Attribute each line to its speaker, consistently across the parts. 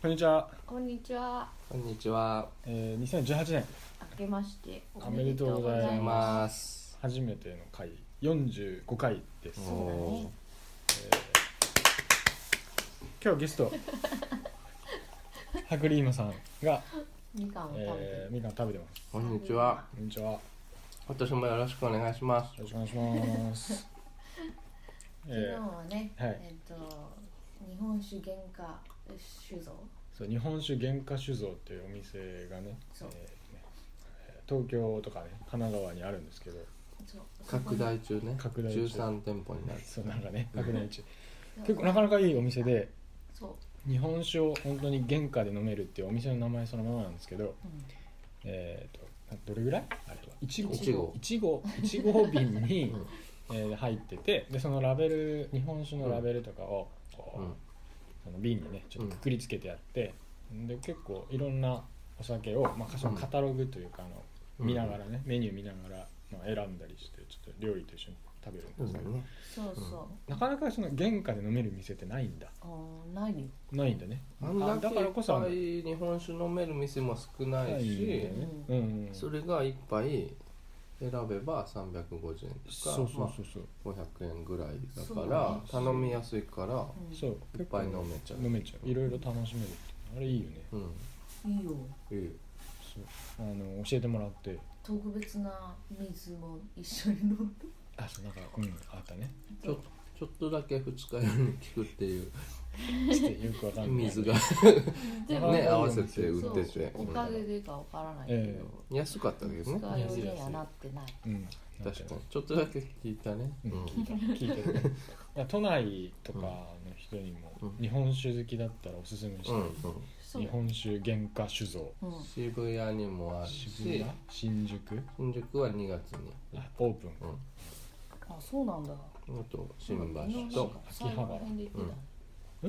Speaker 1: こんにちは、
Speaker 2: こんにちは。
Speaker 3: こんにちは。
Speaker 1: えー、2018年
Speaker 2: 明けまして
Speaker 1: おめでとうございます
Speaker 3: おはようございます。
Speaker 1: 初めての回45回です、
Speaker 2: そうだね。
Speaker 1: 今日ゲストハクリームさんが、
Speaker 2: みかんを食べてる。
Speaker 1: えー、みかん食べてます
Speaker 3: こんにちは。
Speaker 1: こんにちはよ
Speaker 3: 今年もよろしくお願いします。
Speaker 1: ろしくお願いします
Speaker 2: 昨日
Speaker 1: えー、
Speaker 2: はね、
Speaker 1: はい
Speaker 2: えっ、と日本酒原価酒造
Speaker 1: そう日本酒原価酒造っていうお店がね,、え
Speaker 2: そう
Speaker 1: ーねえー東京とかね神奈川にあるんですけど
Speaker 2: そう
Speaker 3: 拡大中ね。
Speaker 1: 拡大中
Speaker 3: 中。三店舗になる。
Speaker 1: そうなんかね拡大中
Speaker 2: そこに
Speaker 1: 結構なかなかいいお店で
Speaker 2: そ
Speaker 1: 日本酒を本当に原価で飲めるっていうお店の名前そのままなんですけど
Speaker 2: う、うん、
Speaker 1: えー、となどれぐらいあれは1号
Speaker 3: いちご
Speaker 1: 1号1号瓶に、
Speaker 3: うん
Speaker 1: えー入っててでそのラベル日本酒のラベルとかをこう、
Speaker 3: うん。
Speaker 1: その瓶にねちょっとくくりつけてやって、で結構いろんなお酒を、まあ、そのカタログというかあの、
Speaker 3: うん
Speaker 1: 見ながらねメニュー見ながら、まあ、選んだりしてちょっと料理と一緒に食べるんです
Speaker 3: そうだ
Speaker 1: けど、
Speaker 3: ね。
Speaker 2: そうそ
Speaker 1: なかなかその原価で飲める店ってないんだ
Speaker 2: う、あーないよ、
Speaker 1: ないんだね
Speaker 3: あんだ
Speaker 1: あ
Speaker 3: けい
Speaker 1: からこそあの
Speaker 3: っぱい日本酒飲める店も少ないし、
Speaker 1: うんうんうん、
Speaker 3: それが一杯選べば三百五十円と
Speaker 1: そう
Speaker 3: か、
Speaker 1: そうそうそう、
Speaker 3: 五百円ぐらいだ
Speaker 2: そう
Speaker 3: か
Speaker 2: だ
Speaker 3: ら
Speaker 2: ね
Speaker 3: 頼みやすいから
Speaker 2: うん、
Speaker 1: そう
Speaker 3: いっぱい飲めちゃう。
Speaker 1: 飲めちゃういろいろ楽しめるっていうのあれいいよね
Speaker 3: うん。
Speaker 2: いいよ
Speaker 3: いい
Speaker 1: そうあの教えてもらって
Speaker 2: 特別な水も一緒に飲んで
Speaker 1: あそうなんかうんあったね
Speaker 3: ちょちょっとだけ二日酔いに効くっていう
Speaker 1: ちょっとよくわかんない
Speaker 3: 水が
Speaker 2: でも
Speaker 3: ね合わせて売ってて
Speaker 2: そうおかげでかわからないけ
Speaker 1: え
Speaker 2: ど、
Speaker 3: 安かったけどね。
Speaker 2: 使いようにはなってない
Speaker 1: うん
Speaker 3: 確かにちょっとだけ聞いたね、
Speaker 1: うん
Speaker 3: うん
Speaker 1: 聞いた聞いてるね だから都内とかの人にも
Speaker 3: うん
Speaker 1: 日本酒好きだったらおすすめし
Speaker 3: うんうん
Speaker 2: そ
Speaker 1: て日
Speaker 2: う
Speaker 1: 本酒原価酒造
Speaker 2: うん
Speaker 3: 渋谷にもあるし
Speaker 1: 渋谷新宿
Speaker 3: 新宿は2月に、
Speaker 1: あオープン
Speaker 3: う
Speaker 2: あそうなんだ
Speaker 3: ん、あと新橋
Speaker 2: そう
Speaker 3: と
Speaker 2: か
Speaker 1: 秋葉原
Speaker 2: 最後の辺で言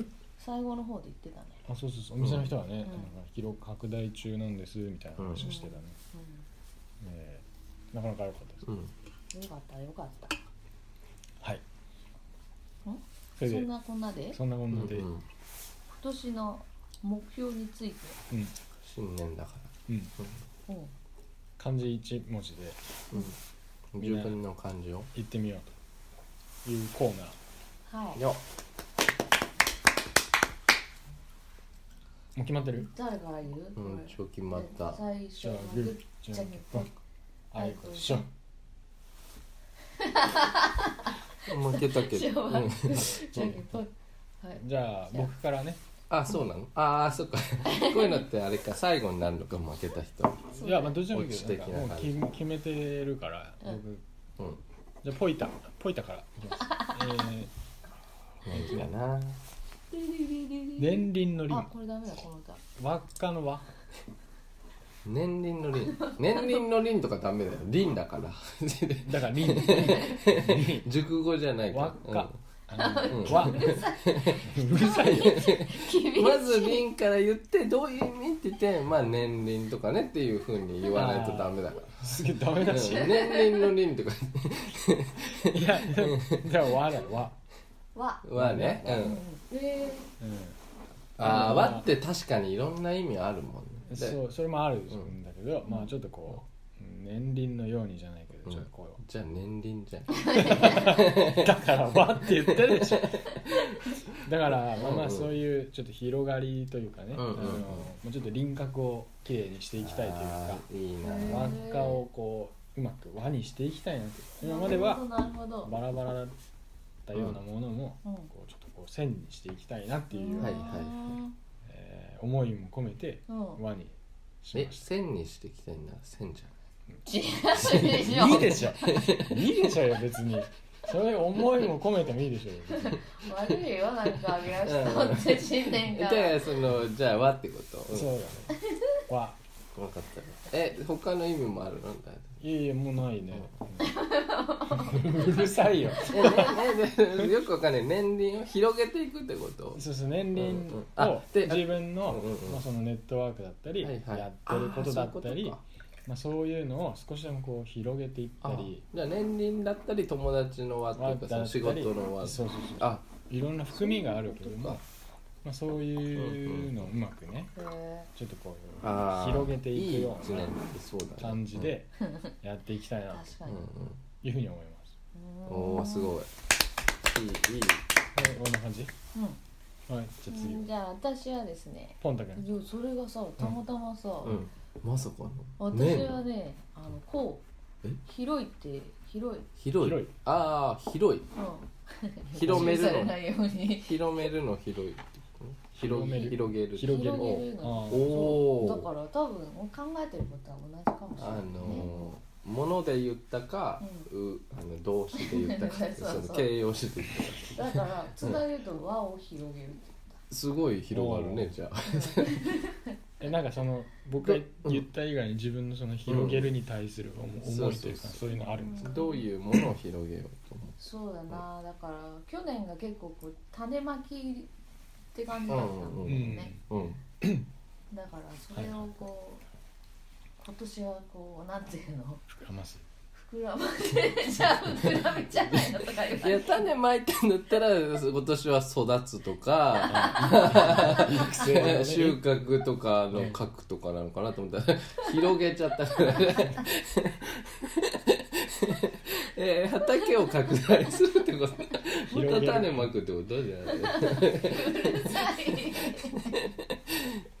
Speaker 1: う
Speaker 2: ってたね
Speaker 1: ん
Speaker 2: 最後の方で言ってたね、
Speaker 1: あそうそうそうお店の人はね、
Speaker 2: ん
Speaker 1: なんか広く拡大中なんですみたいな話をしてたね、えーなかなか良かったです
Speaker 3: うん
Speaker 2: うん、よかったよかった
Speaker 1: はい
Speaker 2: ん
Speaker 1: それ
Speaker 2: そ
Speaker 1: で
Speaker 2: んなこんなで今
Speaker 1: そんなこんなで、
Speaker 3: う
Speaker 1: うん
Speaker 3: ん
Speaker 2: 年の目標について、
Speaker 3: 新年だか
Speaker 1: うん、
Speaker 2: うん、
Speaker 1: 漢字一文字で
Speaker 3: ら、うん、自分の感じを
Speaker 1: 行ってみようというコーナー
Speaker 2: はい
Speaker 3: よ
Speaker 1: もう決まってる
Speaker 2: 誰から言う、
Speaker 3: っ、うん、
Speaker 2: こ
Speaker 3: 一応決
Speaker 2: れ
Speaker 3: まった
Speaker 2: 最初
Speaker 1: じゃ
Speaker 2: の
Speaker 1: あ
Speaker 2: グ
Speaker 1: グ
Speaker 2: ッ
Speaker 1: ー
Speaker 2: じ
Speaker 1: じ
Speaker 2: ゃ
Speaker 1: ゃ
Speaker 2: ん
Speaker 1: ん
Speaker 2: ぽ
Speaker 1: ぽ
Speaker 2: ん
Speaker 1: んあいこしょ
Speaker 3: 負けた け
Speaker 2: じゃ
Speaker 3: ど、うん、
Speaker 2: じゃんけんぽんはい
Speaker 1: じゃあ僕からね
Speaker 3: あそうなのああそっかこういうのってあれか最後になるのか負けた人
Speaker 2: そう
Speaker 1: いやまあどっちでもいい
Speaker 3: 落ち
Speaker 1: け
Speaker 3: て
Speaker 1: ど
Speaker 3: き
Speaker 1: な
Speaker 3: なん
Speaker 1: かもう
Speaker 3: 感じ
Speaker 1: 決め決めてるから
Speaker 2: うん
Speaker 1: 僕
Speaker 3: うん
Speaker 1: じゃあポイタポイタからいき ますえ
Speaker 3: 何かな
Speaker 1: ー年輪の
Speaker 2: あ
Speaker 1: 輪
Speaker 2: これダメだこの歌
Speaker 1: 輪っかの輪
Speaker 3: 年輪の輪年輪の輪とかダメだよ輪だから
Speaker 1: だから輪輪
Speaker 3: 熟語じゃない
Speaker 1: 輪っかあの
Speaker 3: うん
Speaker 1: 輪うるさいよ
Speaker 2: 厳
Speaker 3: うん まず輪から言ってどういう意味って言ってまあ年輪とかねっていうふうに言わないとダメだか
Speaker 1: すげえダ メ
Speaker 3: ら、う
Speaker 1: だし
Speaker 3: ん、年輪の輪とか
Speaker 1: いやじゃあ輪だよ輪
Speaker 2: は、
Speaker 3: は ね、う
Speaker 2: うん
Speaker 3: ん、
Speaker 2: え
Speaker 1: うん
Speaker 3: ああ和って確かにいろんな意味あるもんねで
Speaker 1: そうそれもある
Speaker 3: うん
Speaker 1: んだけど、まあちょっとこううん年輪のようにじゃないけど
Speaker 3: うん
Speaker 1: ちょっとこ
Speaker 3: じゃあ年輪じゃん
Speaker 1: う、 だからわって言ってるでしょだからまあま
Speaker 3: うんう
Speaker 1: あ
Speaker 3: ん
Speaker 1: そういうちょっと広がりというかね、
Speaker 3: うんうんうん
Speaker 1: あのもうちょっと輪郭をきれいにしていきたいというか
Speaker 3: あーいいな
Speaker 2: ー
Speaker 1: 輪っかをこううまく輪にしていきたいなと
Speaker 2: ー、
Speaker 1: 今までは
Speaker 2: なるほどな
Speaker 1: バ
Speaker 2: る
Speaker 1: ラバラだったようなものも、
Speaker 2: ほど、
Speaker 1: こうちょっとこう線にしていきたいなって
Speaker 2: う
Speaker 1: い
Speaker 2: ん、
Speaker 1: う、
Speaker 3: はい
Speaker 1: えー思いも込めて
Speaker 2: うん
Speaker 1: 輪にし
Speaker 3: え
Speaker 1: ました
Speaker 3: 線にしてきてんだ線じゃん
Speaker 2: 違うでしょ
Speaker 1: いいでしょいいでしょよ別にそれ思いも込めてもいいでしょよ別に
Speaker 2: 悪いよなんか宮下
Speaker 3: うん
Speaker 2: 本当に新年
Speaker 3: じ
Speaker 2: か
Speaker 3: ゃ
Speaker 2: ら
Speaker 3: あそのじゃあ和ってこと、うん
Speaker 1: そうだねわ
Speaker 3: 分かったえ他の意味もあるのだ
Speaker 1: いやいやもうないねうるさいよ
Speaker 3: ねねねよくわかんない年輪を広げていくってこと
Speaker 1: そうそう年輪
Speaker 3: うんうん
Speaker 1: を
Speaker 3: あで
Speaker 1: 自分の,、
Speaker 3: うんうんうん
Speaker 1: まあ、そのネットワークだったり や
Speaker 3: はいはい
Speaker 1: ってることだったり
Speaker 3: あーそういうことか
Speaker 1: まあ、そういうのを少しでもこう広げていった
Speaker 3: あ
Speaker 1: り
Speaker 3: じゃあ年輪だったり友達の輪ってい
Speaker 1: 輪
Speaker 3: う
Speaker 1: だ
Speaker 3: か
Speaker 1: った
Speaker 3: その
Speaker 1: り
Speaker 3: 仕事の輪
Speaker 1: そうそうそう
Speaker 3: あ
Speaker 1: いろんな含みがあるけども
Speaker 3: そ
Speaker 1: まあ、そういうのをうまくね
Speaker 2: へ
Speaker 1: ちょっとこう
Speaker 3: あー
Speaker 1: 広げていくよ
Speaker 3: 一
Speaker 1: う
Speaker 3: 年
Speaker 1: な
Speaker 3: になってそうだね
Speaker 1: 感じでやっていきたい
Speaker 2: ー
Speaker 1: な
Speaker 2: 確か
Speaker 3: うん
Speaker 2: に
Speaker 3: う、ん
Speaker 1: というふうに思います。
Speaker 2: うん
Speaker 3: おおすごいいいいい
Speaker 1: はい、こんな感じ
Speaker 2: う
Speaker 1: はい、じゃあ次
Speaker 2: ん、。じゃあ私はですね
Speaker 1: ポンタ君。
Speaker 2: いやそれがさたまたまさ、
Speaker 3: うんまさかの
Speaker 2: 私は
Speaker 3: ね
Speaker 2: ねあのこう
Speaker 3: え
Speaker 2: 広いって広い、
Speaker 3: 広い
Speaker 1: 広い
Speaker 3: ああ広い
Speaker 2: うん、
Speaker 3: 広めるの
Speaker 2: されないように
Speaker 3: 広めるの広いってこと広げ広げる
Speaker 1: 広げる。
Speaker 2: 広げるの
Speaker 1: あー
Speaker 3: おお
Speaker 2: そうだから多分考えてることは同じかもしれ
Speaker 3: あ
Speaker 2: ない、ね、
Speaker 3: のー、もので言ったか、うあの動詞で言ったか
Speaker 2: そうそう
Speaker 3: その形容詞で言ったか
Speaker 2: だからつなげると輪を広げるって
Speaker 3: すごい広がる
Speaker 1: お
Speaker 3: ね
Speaker 1: ー
Speaker 3: じゃあ
Speaker 1: え、なんかその、僕が言った以外に自分のその広げるに対する思思いというか、
Speaker 3: そうそう
Speaker 1: そういうのあるんですか
Speaker 3: どういうものを広げようと
Speaker 2: そうだなだから去年が結構こう種まきって感じだった
Speaker 1: う
Speaker 2: の
Speaker 3: うん
Speaker 2: ね、
Speaker 3: 思う、うん、
Speaker 2: だからそれをこう今年はこうなんていうの
Speaker 1: 膨らます。
Speaker 2: 膨らませじゃあ膨らみじゃないのとか言わ
Speaker 3: い
Speaker 2: れ
Speaker 3: や
Speaker 2: て
Speaker 3: 種まいたんだったら今年は育つとか
Speaker 1: 育成のね
Speaker 3: 収穫とかの核とかなのかなと思ったら広げちゃったからえー畑を拡大するってこと
Speaker 1: 広げ
Speaker 3: ま
Speaker 1: る
Speaker 3: た種まくってことじゃない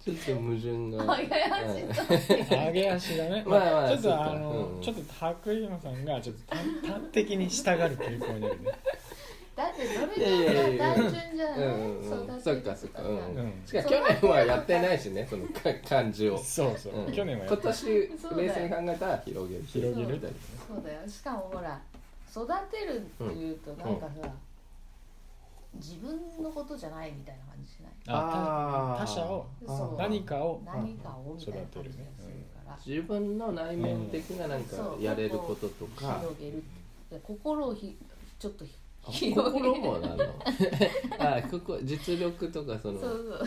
Speaker 3: ちょっと矛盾が。
Speaker 2: はい
Speaker 3: うん
Speaker 1: 揚げ足だね。
Speaker 3: まあまあ
Speaker 1: ちょっ
Speaker 3: そう
Speaker 1: と
Speaker 3: か
Speaker 1: あの
Speaker 3: う、ん
Speaker 1: ちょっと白山さんが、ちょっと端端的に従う傾向にあるね。
Speaker 2: だってそれが単純じゃない
Speaker 3: うんうんうん
Speaker 2: 育
Speaker 3: そってか
Speaker 2: る
Speaker 3: そっか
Speaker 2: と
Speaker 3: うん
Speaker 1: う
Speaker 3: うん
Speaker 1: ん。
Speaker 3: しかも去年はやってないしねそのか漢字を、
Speaker 1: そうそう
Speaker 3: う。ん
Speaker 1: 去年はや
Speaker 3: 今
Speaker 1: っぱ
Speaker 3: 年冷静に考えたら広げる
Speaker 1: 広げる
Speaker 3: だよ
Speaker 2: そうだよしかもほら育てるっていうとなんかさ、自分のことじゃないみたいな感じしない
Speaker 1: あ他他者を、
Speaker 3: あー
Speaker 2: そう
Speaker 1: 何かを、
Speaker 2: 何かをみたいな感じがするから、
Speaker 3: 自分の内面的ななんか
Speaker 2: そう
Speaker 3: やれることとか、
Speaker 2: 広げるで心をひちょっとひ
Speaker 3: あ
Speaker 2: 広げる
Speaker 3: 心もなのあここ実力とか
Speaker 2: そ
Speaker 3: そ
Speaker 2: うそ
Speaker 3: の
Speaker 2: う、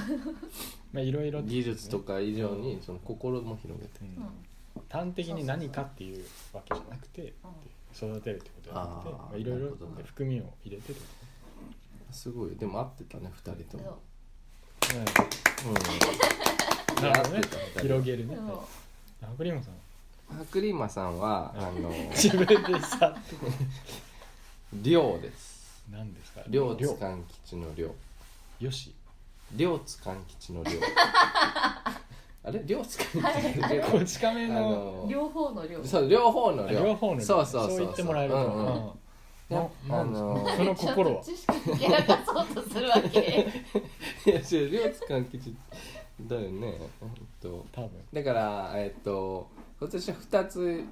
Speaker 1: まあ、いろいろ。
Speaker 3: 技術とか以上にその心も広げて
Speaker 1: うん
Speaker 2: うん
Speaker 1: 端的に何かっていうわけじゃなくて育てるってことじゃなくて
Speaker 3: あー
Speaker 1: まあいろい
Speaker 3: な
Speaker 1: ろ
Speaker 3: るほどね
Speaker 1: 含みを入れてる、
Speaker 3: すごいでも合ってたね二人とも、
Speaker 2: そ
Speaker 1: うん、なるほどね広げる
Speaker 2: う
Speaker 1: ね
Speaker 2: で
Speaker 1: はい
Speaker 2: も
Speaker 1: あクリームさん
Speaker 3: うん、クリマさんはあ の
Speaker 1: 自分でさ
Speaker 3: 量です
Speaker 1: 何ですか
Speaker 3: 量つかん吉の量
Speaker 1: よし
Speaker 3: 両津勘 吉の両あれ両津勘吉の
Speaker 1: こ
Speaker 3: 両
Speaker 1: ち亀
Speaker 3: あ
Speaker 1: の
Speaker 3: の
Speaker 2: 両方の量
Speaker 3: そう両方の両
Speaker 1: 両方の
Speaker 3: そうそうそう
Speaker 1: 言ってもらえると、
Speaker 3: うんうん
Speaker 1: うん
Speaker 3: い
Speaker 1: な
Speaker 3: やあ
Speaker 1: なんですか
Speaker 3: の
Speaker 1: その心は
Speaker 2: ちょっと知識やらそうとするわけ
Speaker 3: いや違う両津勘吉だよねほんと
Speaker 1: 多分
Speaker 3: だからえっと今年は2つ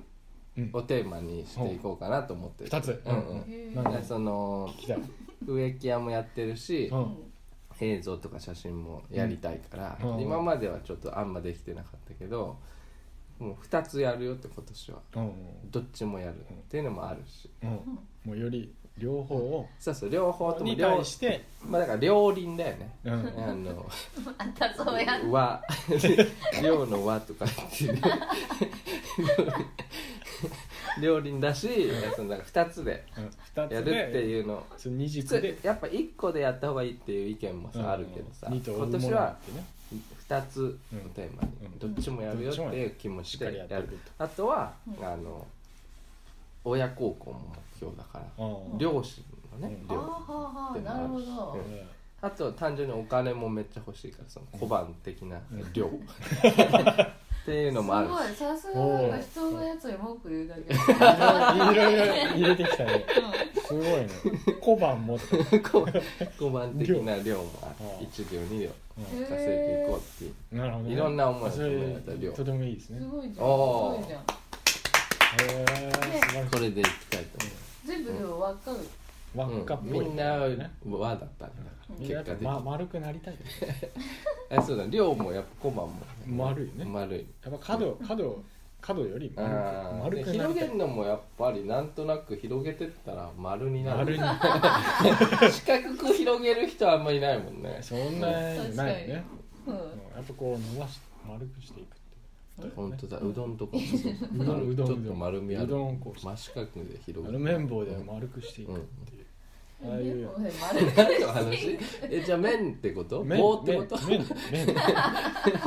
Speaker 1: うん
Speaker 3: をテーマにしていこうかなと思ってる
Speaker 1: 2つ
Speaker 3: うんうん
Speaker 2: へー
Speaker 1: なん
Speaker 3: だ
Speaker 1: か
Speaker 3: からその
Speaker 1: 聞きたい、
Speaker 3: 植木屋もやってるし
Speaker 1: う
Speaker 2: うんん
Speaker 3: 映像とか写真もやりたいから、
Speaker 1: うん
Speaker 3: 今まではちょっとあんまできてなかったけどもう2つやるよって今年は
Speaker 1: うん
Speaker 3: どっちもやるっていうのもあるし
Speaker 1: うん、もうより両方を
Speaker 3: そうそう両方とも
Speaker 1: に
Speaker 3: 両
Speaker 1: 対して、
Speaker 3: まあだから両輪だよね
Speaker 1: うん
Speaker 3: あの
Speaker 2: あんたそうやん
Speaker 3: 和 両の和とかっていう 両輪だしそのなんか2つで
Speaker 1: うん、2つで
Speaker 3: やるっていうの
Speaker 1: その二軸で
Speaker 3: つやっぱ1個でやった方がいいっていう意見もさ、あるけどさ
Speaker 1: うん
Speaker 3: 今
Speaker 1: 二と追うもの
Speaker 3: 年
Speaker 1: があ
Speaker 3: は
Speaker 1: ってね
Speaker 3: 2つのテーマに、
Speaker 1: うん
Speaker 3: どっちもやるよっていう気も
Speaker 1: し
Speaker 3: し
Speaker 1: ってか
Speaker 3: や
Speaker 1: り
Speaker 3: る
Speaker 1: やっていく
Speaker 3: あとは、
Speaker 2: うん
Speaker 3: あの親孝行も目標だから、
Speaker 1: とうん
Speaker 3: 両親のね、
Speaker 1: うん
Speaker 2: あー
Speaker 3: 両
Speaker 2: はあはあなるほど
Speaker 3: うんあと単純にお金もめっちゃ欲しいからその小判的な
Speaker 1: うん
Speaker 3: 量っていうのもある
Speaker 2: すごいさすがなんか人のやつに文句言うだけ
Speaker 1: いろいろ入れてきたね
Speaker 2: う
Speaker 1: すごいね小判持って
Speaker 3: し小小判的な量もあ
Speaker 1: ああ
Speaker 3: る1両2両
Speaker 2: へー
Speaker 3: 稼いでいこうっていう
Speaker 1: なるほどね
Speaker 3: いろんな思いを
Speaker 1: そ
Speaker 3: 込められた
Speaker 1: れ
Speaker 3: 量
Speaker 1: とてもいいです
Speaker 2: ん
Speaker 1: ね
Speaker 2: すごいじゃんす
Speaker 3: おー
Speaker 2: ごいじゃん
Speaker 1: へえ
Speaker 2: ね
Speaker 1: 素晴らし
Speaker 3: それでいきたいと
Speaker 2: 全部でも分かる
Speaker 1: い輪
Speaker 3: 思う、
Speaker 1: っかっ
Speaker 3: うん
Speaker 1: ぽい
Speaker 3: みんな
Speaker 1: ね
Speaker 3: 和だったんだ
Speaker 2: うん
Speaker 1: みんなや
Speaker 3: 結
Speaker 1: っぱ
Speaker 3: 果的
Speaker 1: ま
Speaker 3: に
Speaker 1: 丸くなりたい
Speaker 3: あそうだ量もやっぱ小判も
Speaker 1: 丸いね
Speaker 3: 丸い
Speaker 1: やっぱ角角角より丸
Speaker 3: ああ
Speaker 1: く丸
Speaker 3: で
Speaker 1: くな
Speaker 3: 広
Speaker 1: りた
Speaker 3: げ
Speaker 1: い
Speaker 3: るのもやっぱりなんとなく広げてったら丸にな
Speaker 1: 丸
Speaker 3: る
Speaker 1: に
Speaker 3: 四角く広げる人あんまりいないもんね
Speaker 1: そんなにないよね
Speaker 2: うん
Speaker 1: うんやっぱこう伸ばし丸くしていくっていうこと
Speaker 3: 本
Speaker 1: だよね
Speaker 3: 当だうどんとかも
Speaker 1: うどんうどん
Speaker 3: ちょっと丸みあ
Speaker 1: うど
Speaker 3: る
Speaker 1: んをこう
Speaker 3: 真四角で広
Speaker 1: あの
Speaker 3: げる
Speaker 1: 綿棒で丸くしていくっていう、
Speaker 3: う
Speaker 1: ああいう
Speaker 2: おい丸
Speaker 3: 何の話えじゃあ麺ってこと
Speaker 1: 麺
Speaker 3: 棒ってこと
Speaker 1: 麺麺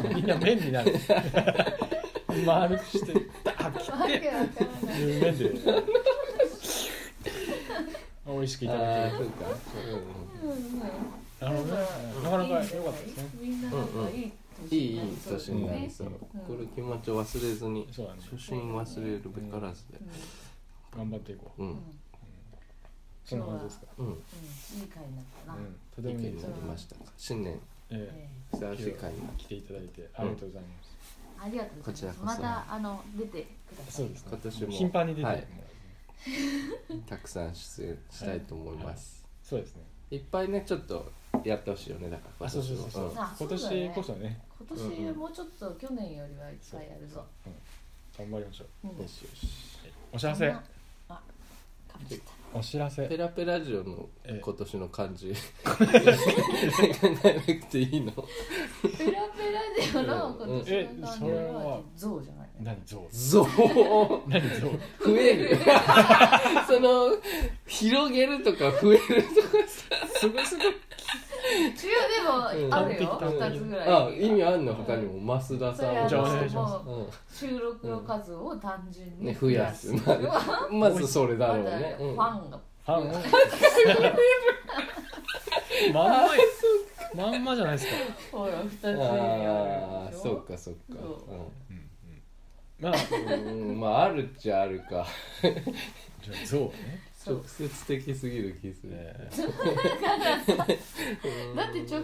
Speaker 1: 麺みんな麺になる丸くしてダーッ切
Speaker 2: わけわからない
Speaker 1: る麺で美味しくいただ
Speaker 3: あ
Speaker 1: ける
Speaker 3: ーそうか
Speaker 2: うんうん
Speaker 1: なるほどねなかなか良かったですね
Speaker 2: みんななんかいい
Speaker 3: うんいいいい
Speaker 2: 年
Speaker 3: 年
Speaker 2: に
Speaker 3: に
Speaker 2: な
Speaker 3: な
Speaker 2: り
Speaker 3: り
Speaker 2: そ
Speaker 3: そうう
Speaker 2: だね
Speaker 3: これ気持ちを忘れずに
Speaker 1: そうだね
Speaker 3: 初心忘れるべからずで
Speaker 1: 頑張っていこう
Speaker 3: う
Speaker 2: うん
Speaker 3: ん
Speaker 1: そんな感じですか
Speaker 3: うん
Speaker 2: うんいい回になったな
Speaker 1: うんと
Speaker 3: 意
Speaker 1: てもいい
Speaker 3: 見
Speaker 1: で
Speaker 3: に
Speaker 1: す
Speaker 3: なりましたか新年
Speaker 1: え
Speaker 2: え
Speaker 3: ふさわしい会に
Speaker 1: え来ていただいてありがとうございます
Speaker 2: えありがとうございます
Speaker 3: こちら
Speaker 2: ま
Speaker 3: こそ
Speaker 2: たあの出てくださ
Speaker 1: そ
Speaker 2: いう
Speaker 1: ですね
Speaker 3: 今年も
Speaker 1: 頻繁に出ても
Speaker 3: は
Speaker 1: ら
Speaker 3: いうたくさん出演したいと思います
Speaker 1: そうですね
Speaker 3: いっぱいねちょっとやってほしいよねだから
Speaker 1: あそうそうそうそう
Speaker 3: 今年も
Speaker 2: あ
Speaker 1: 今
Speaker 2: そうだね
Speaker 1: 年こそね
Speaker 2: 今年もうちょっと去年よりはいっぱいやるぞ
Speaker 1: 頑張りましょう
Speaker 2: うん
Speaker 3: うんよしよし
Speaker 1: お知らせ
Speaker 2: あかぶっちゃった
Speaker 1: お知ら
Speaker 3: ペ
Speaker 1: せ
Speaker 3: ラペラジオの
Speaker 1: ええ
Speaker 3: 今年の漢字考えなくていいの
Speaker 2: ペラペラでの今
Speaker 1: え
Speaker 2: 年の感
Speaker 1: そ
Speaker 2: じ
Speaker 1: れ
Speaker 2: は
Speaker 1: は
Speaker 2: 象じゃない
Speaker 1: 何ゾウ
Speaker 3: ゾウ
Speaker 1: 何ゾウ
Speaker 3: 増えるその広げるとか増えるとか
Speaker 1: すごいすごい
Speaker 2: 違うで
Speaker 3: うん
Speaker 2: もあるよ
Speaker 1: 完璧
Speaker 2: 二つぐらい
Speaker 3: あ意味あんの他にも増田
Speaker 2: そ
Speaker 3: さ
Speaker 2: れ
Speaker 3: ん
Speaker 2: は
Speaker 1: じゃあお願いします
Speaker 2: もう
Speaker 3: うん
Speaker 2: 収録の数を単純に
Speaker 3: ね増やすまあまずそれだろうね
Speaker 2: フ
Speaker 3: うん
Speaker 2: ァンが
Speaker 1: フ ァンをまんまやまんまじゃないですか
Speaker 2: ほら2つにあ
Speaker 3: あ
Speaker 2: る
Speaker 3: あ
Speaker 2: でしょ
Speaker 3: そうかそうか
Speaker 2: そう
Speaker 3: う
Speaker 1: まあ
Speaker 3: んうんまああるっちゃあるか
Speaker 1: じゃあゾウね
Speaker 2: そ
Speaker 3: 直
Speaker 2: う
Speaker 3: 接的すぎる気する
Speaker 1: え
Speaker 3: うん
Speaker 2: だって直接的じゃ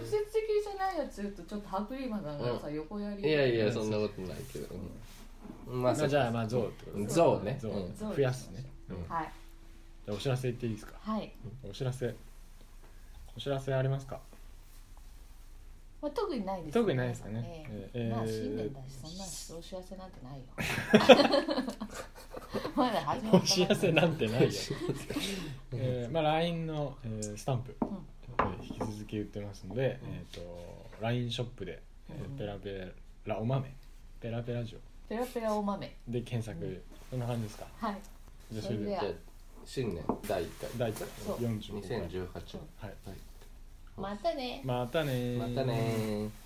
Speaker 2: ないやつ言うとちょっと白リーマさんがさ横やり
Speaker 3: いやいやそんなことないけどうんま
Speaker 1: ー
Speaker 3: あ
Speaker 1: ま
Speaker 3: そ
Speaker 1: あ
Speaker 3: う
Speaker 1: じゃあまあゾウってことです
Speaker 3: ゾウね
Speaker 1: ゾウ
Speaker 3: うん
Speaker 2: そう
Speaker 1: 増やすね
Speaker 3: うん
Speaker 2: はい
Speaker 1: じゃあお知らせ言っていいですか
Speaker 2: はい、
Speaker 1: お知らせお知らせありますか
Speaker 2: まあ、特にないです
Speaker 1: 特にないですかね
Speaker 2: ええ
Speaker 1: ええ
Speaker 2: まあ新年だしそんなお知らせなんてないよ まだ始まったば
Speaker 1: お
Speaker 2: っか
Speaker 1: 知らせなんてないよ、えーまあ、LINE の、えースタンプ、
Speaker 2: ん
Speaker 1: えー引き続き売ってますので、えー、と LINE ショップで、えー
Speaker 2: うん
Speaker 1: ペラペラお豆ペラペラジオ
Speaker 2: ペラペラお豆
Speaker 1: で検索、そんな感じですか
Speaker 2: はい
Speaker 1: じゃあ
Speaker 2: そ
Speaker 1: そ
Speaker 2: れ
Speaker 1: れ
Speaker 2: で
Speaker 1: で
Speaker 2: は
Speaker 3: じゃあ新年第1回
Speaker 1: 第1回
Speaker 2: そう
Speaker 1: 45回
Speaker 3: 2018
Speaker 1: はい
Speaker 2: またね
Speaker 1: またねー
Speaker 3: またねー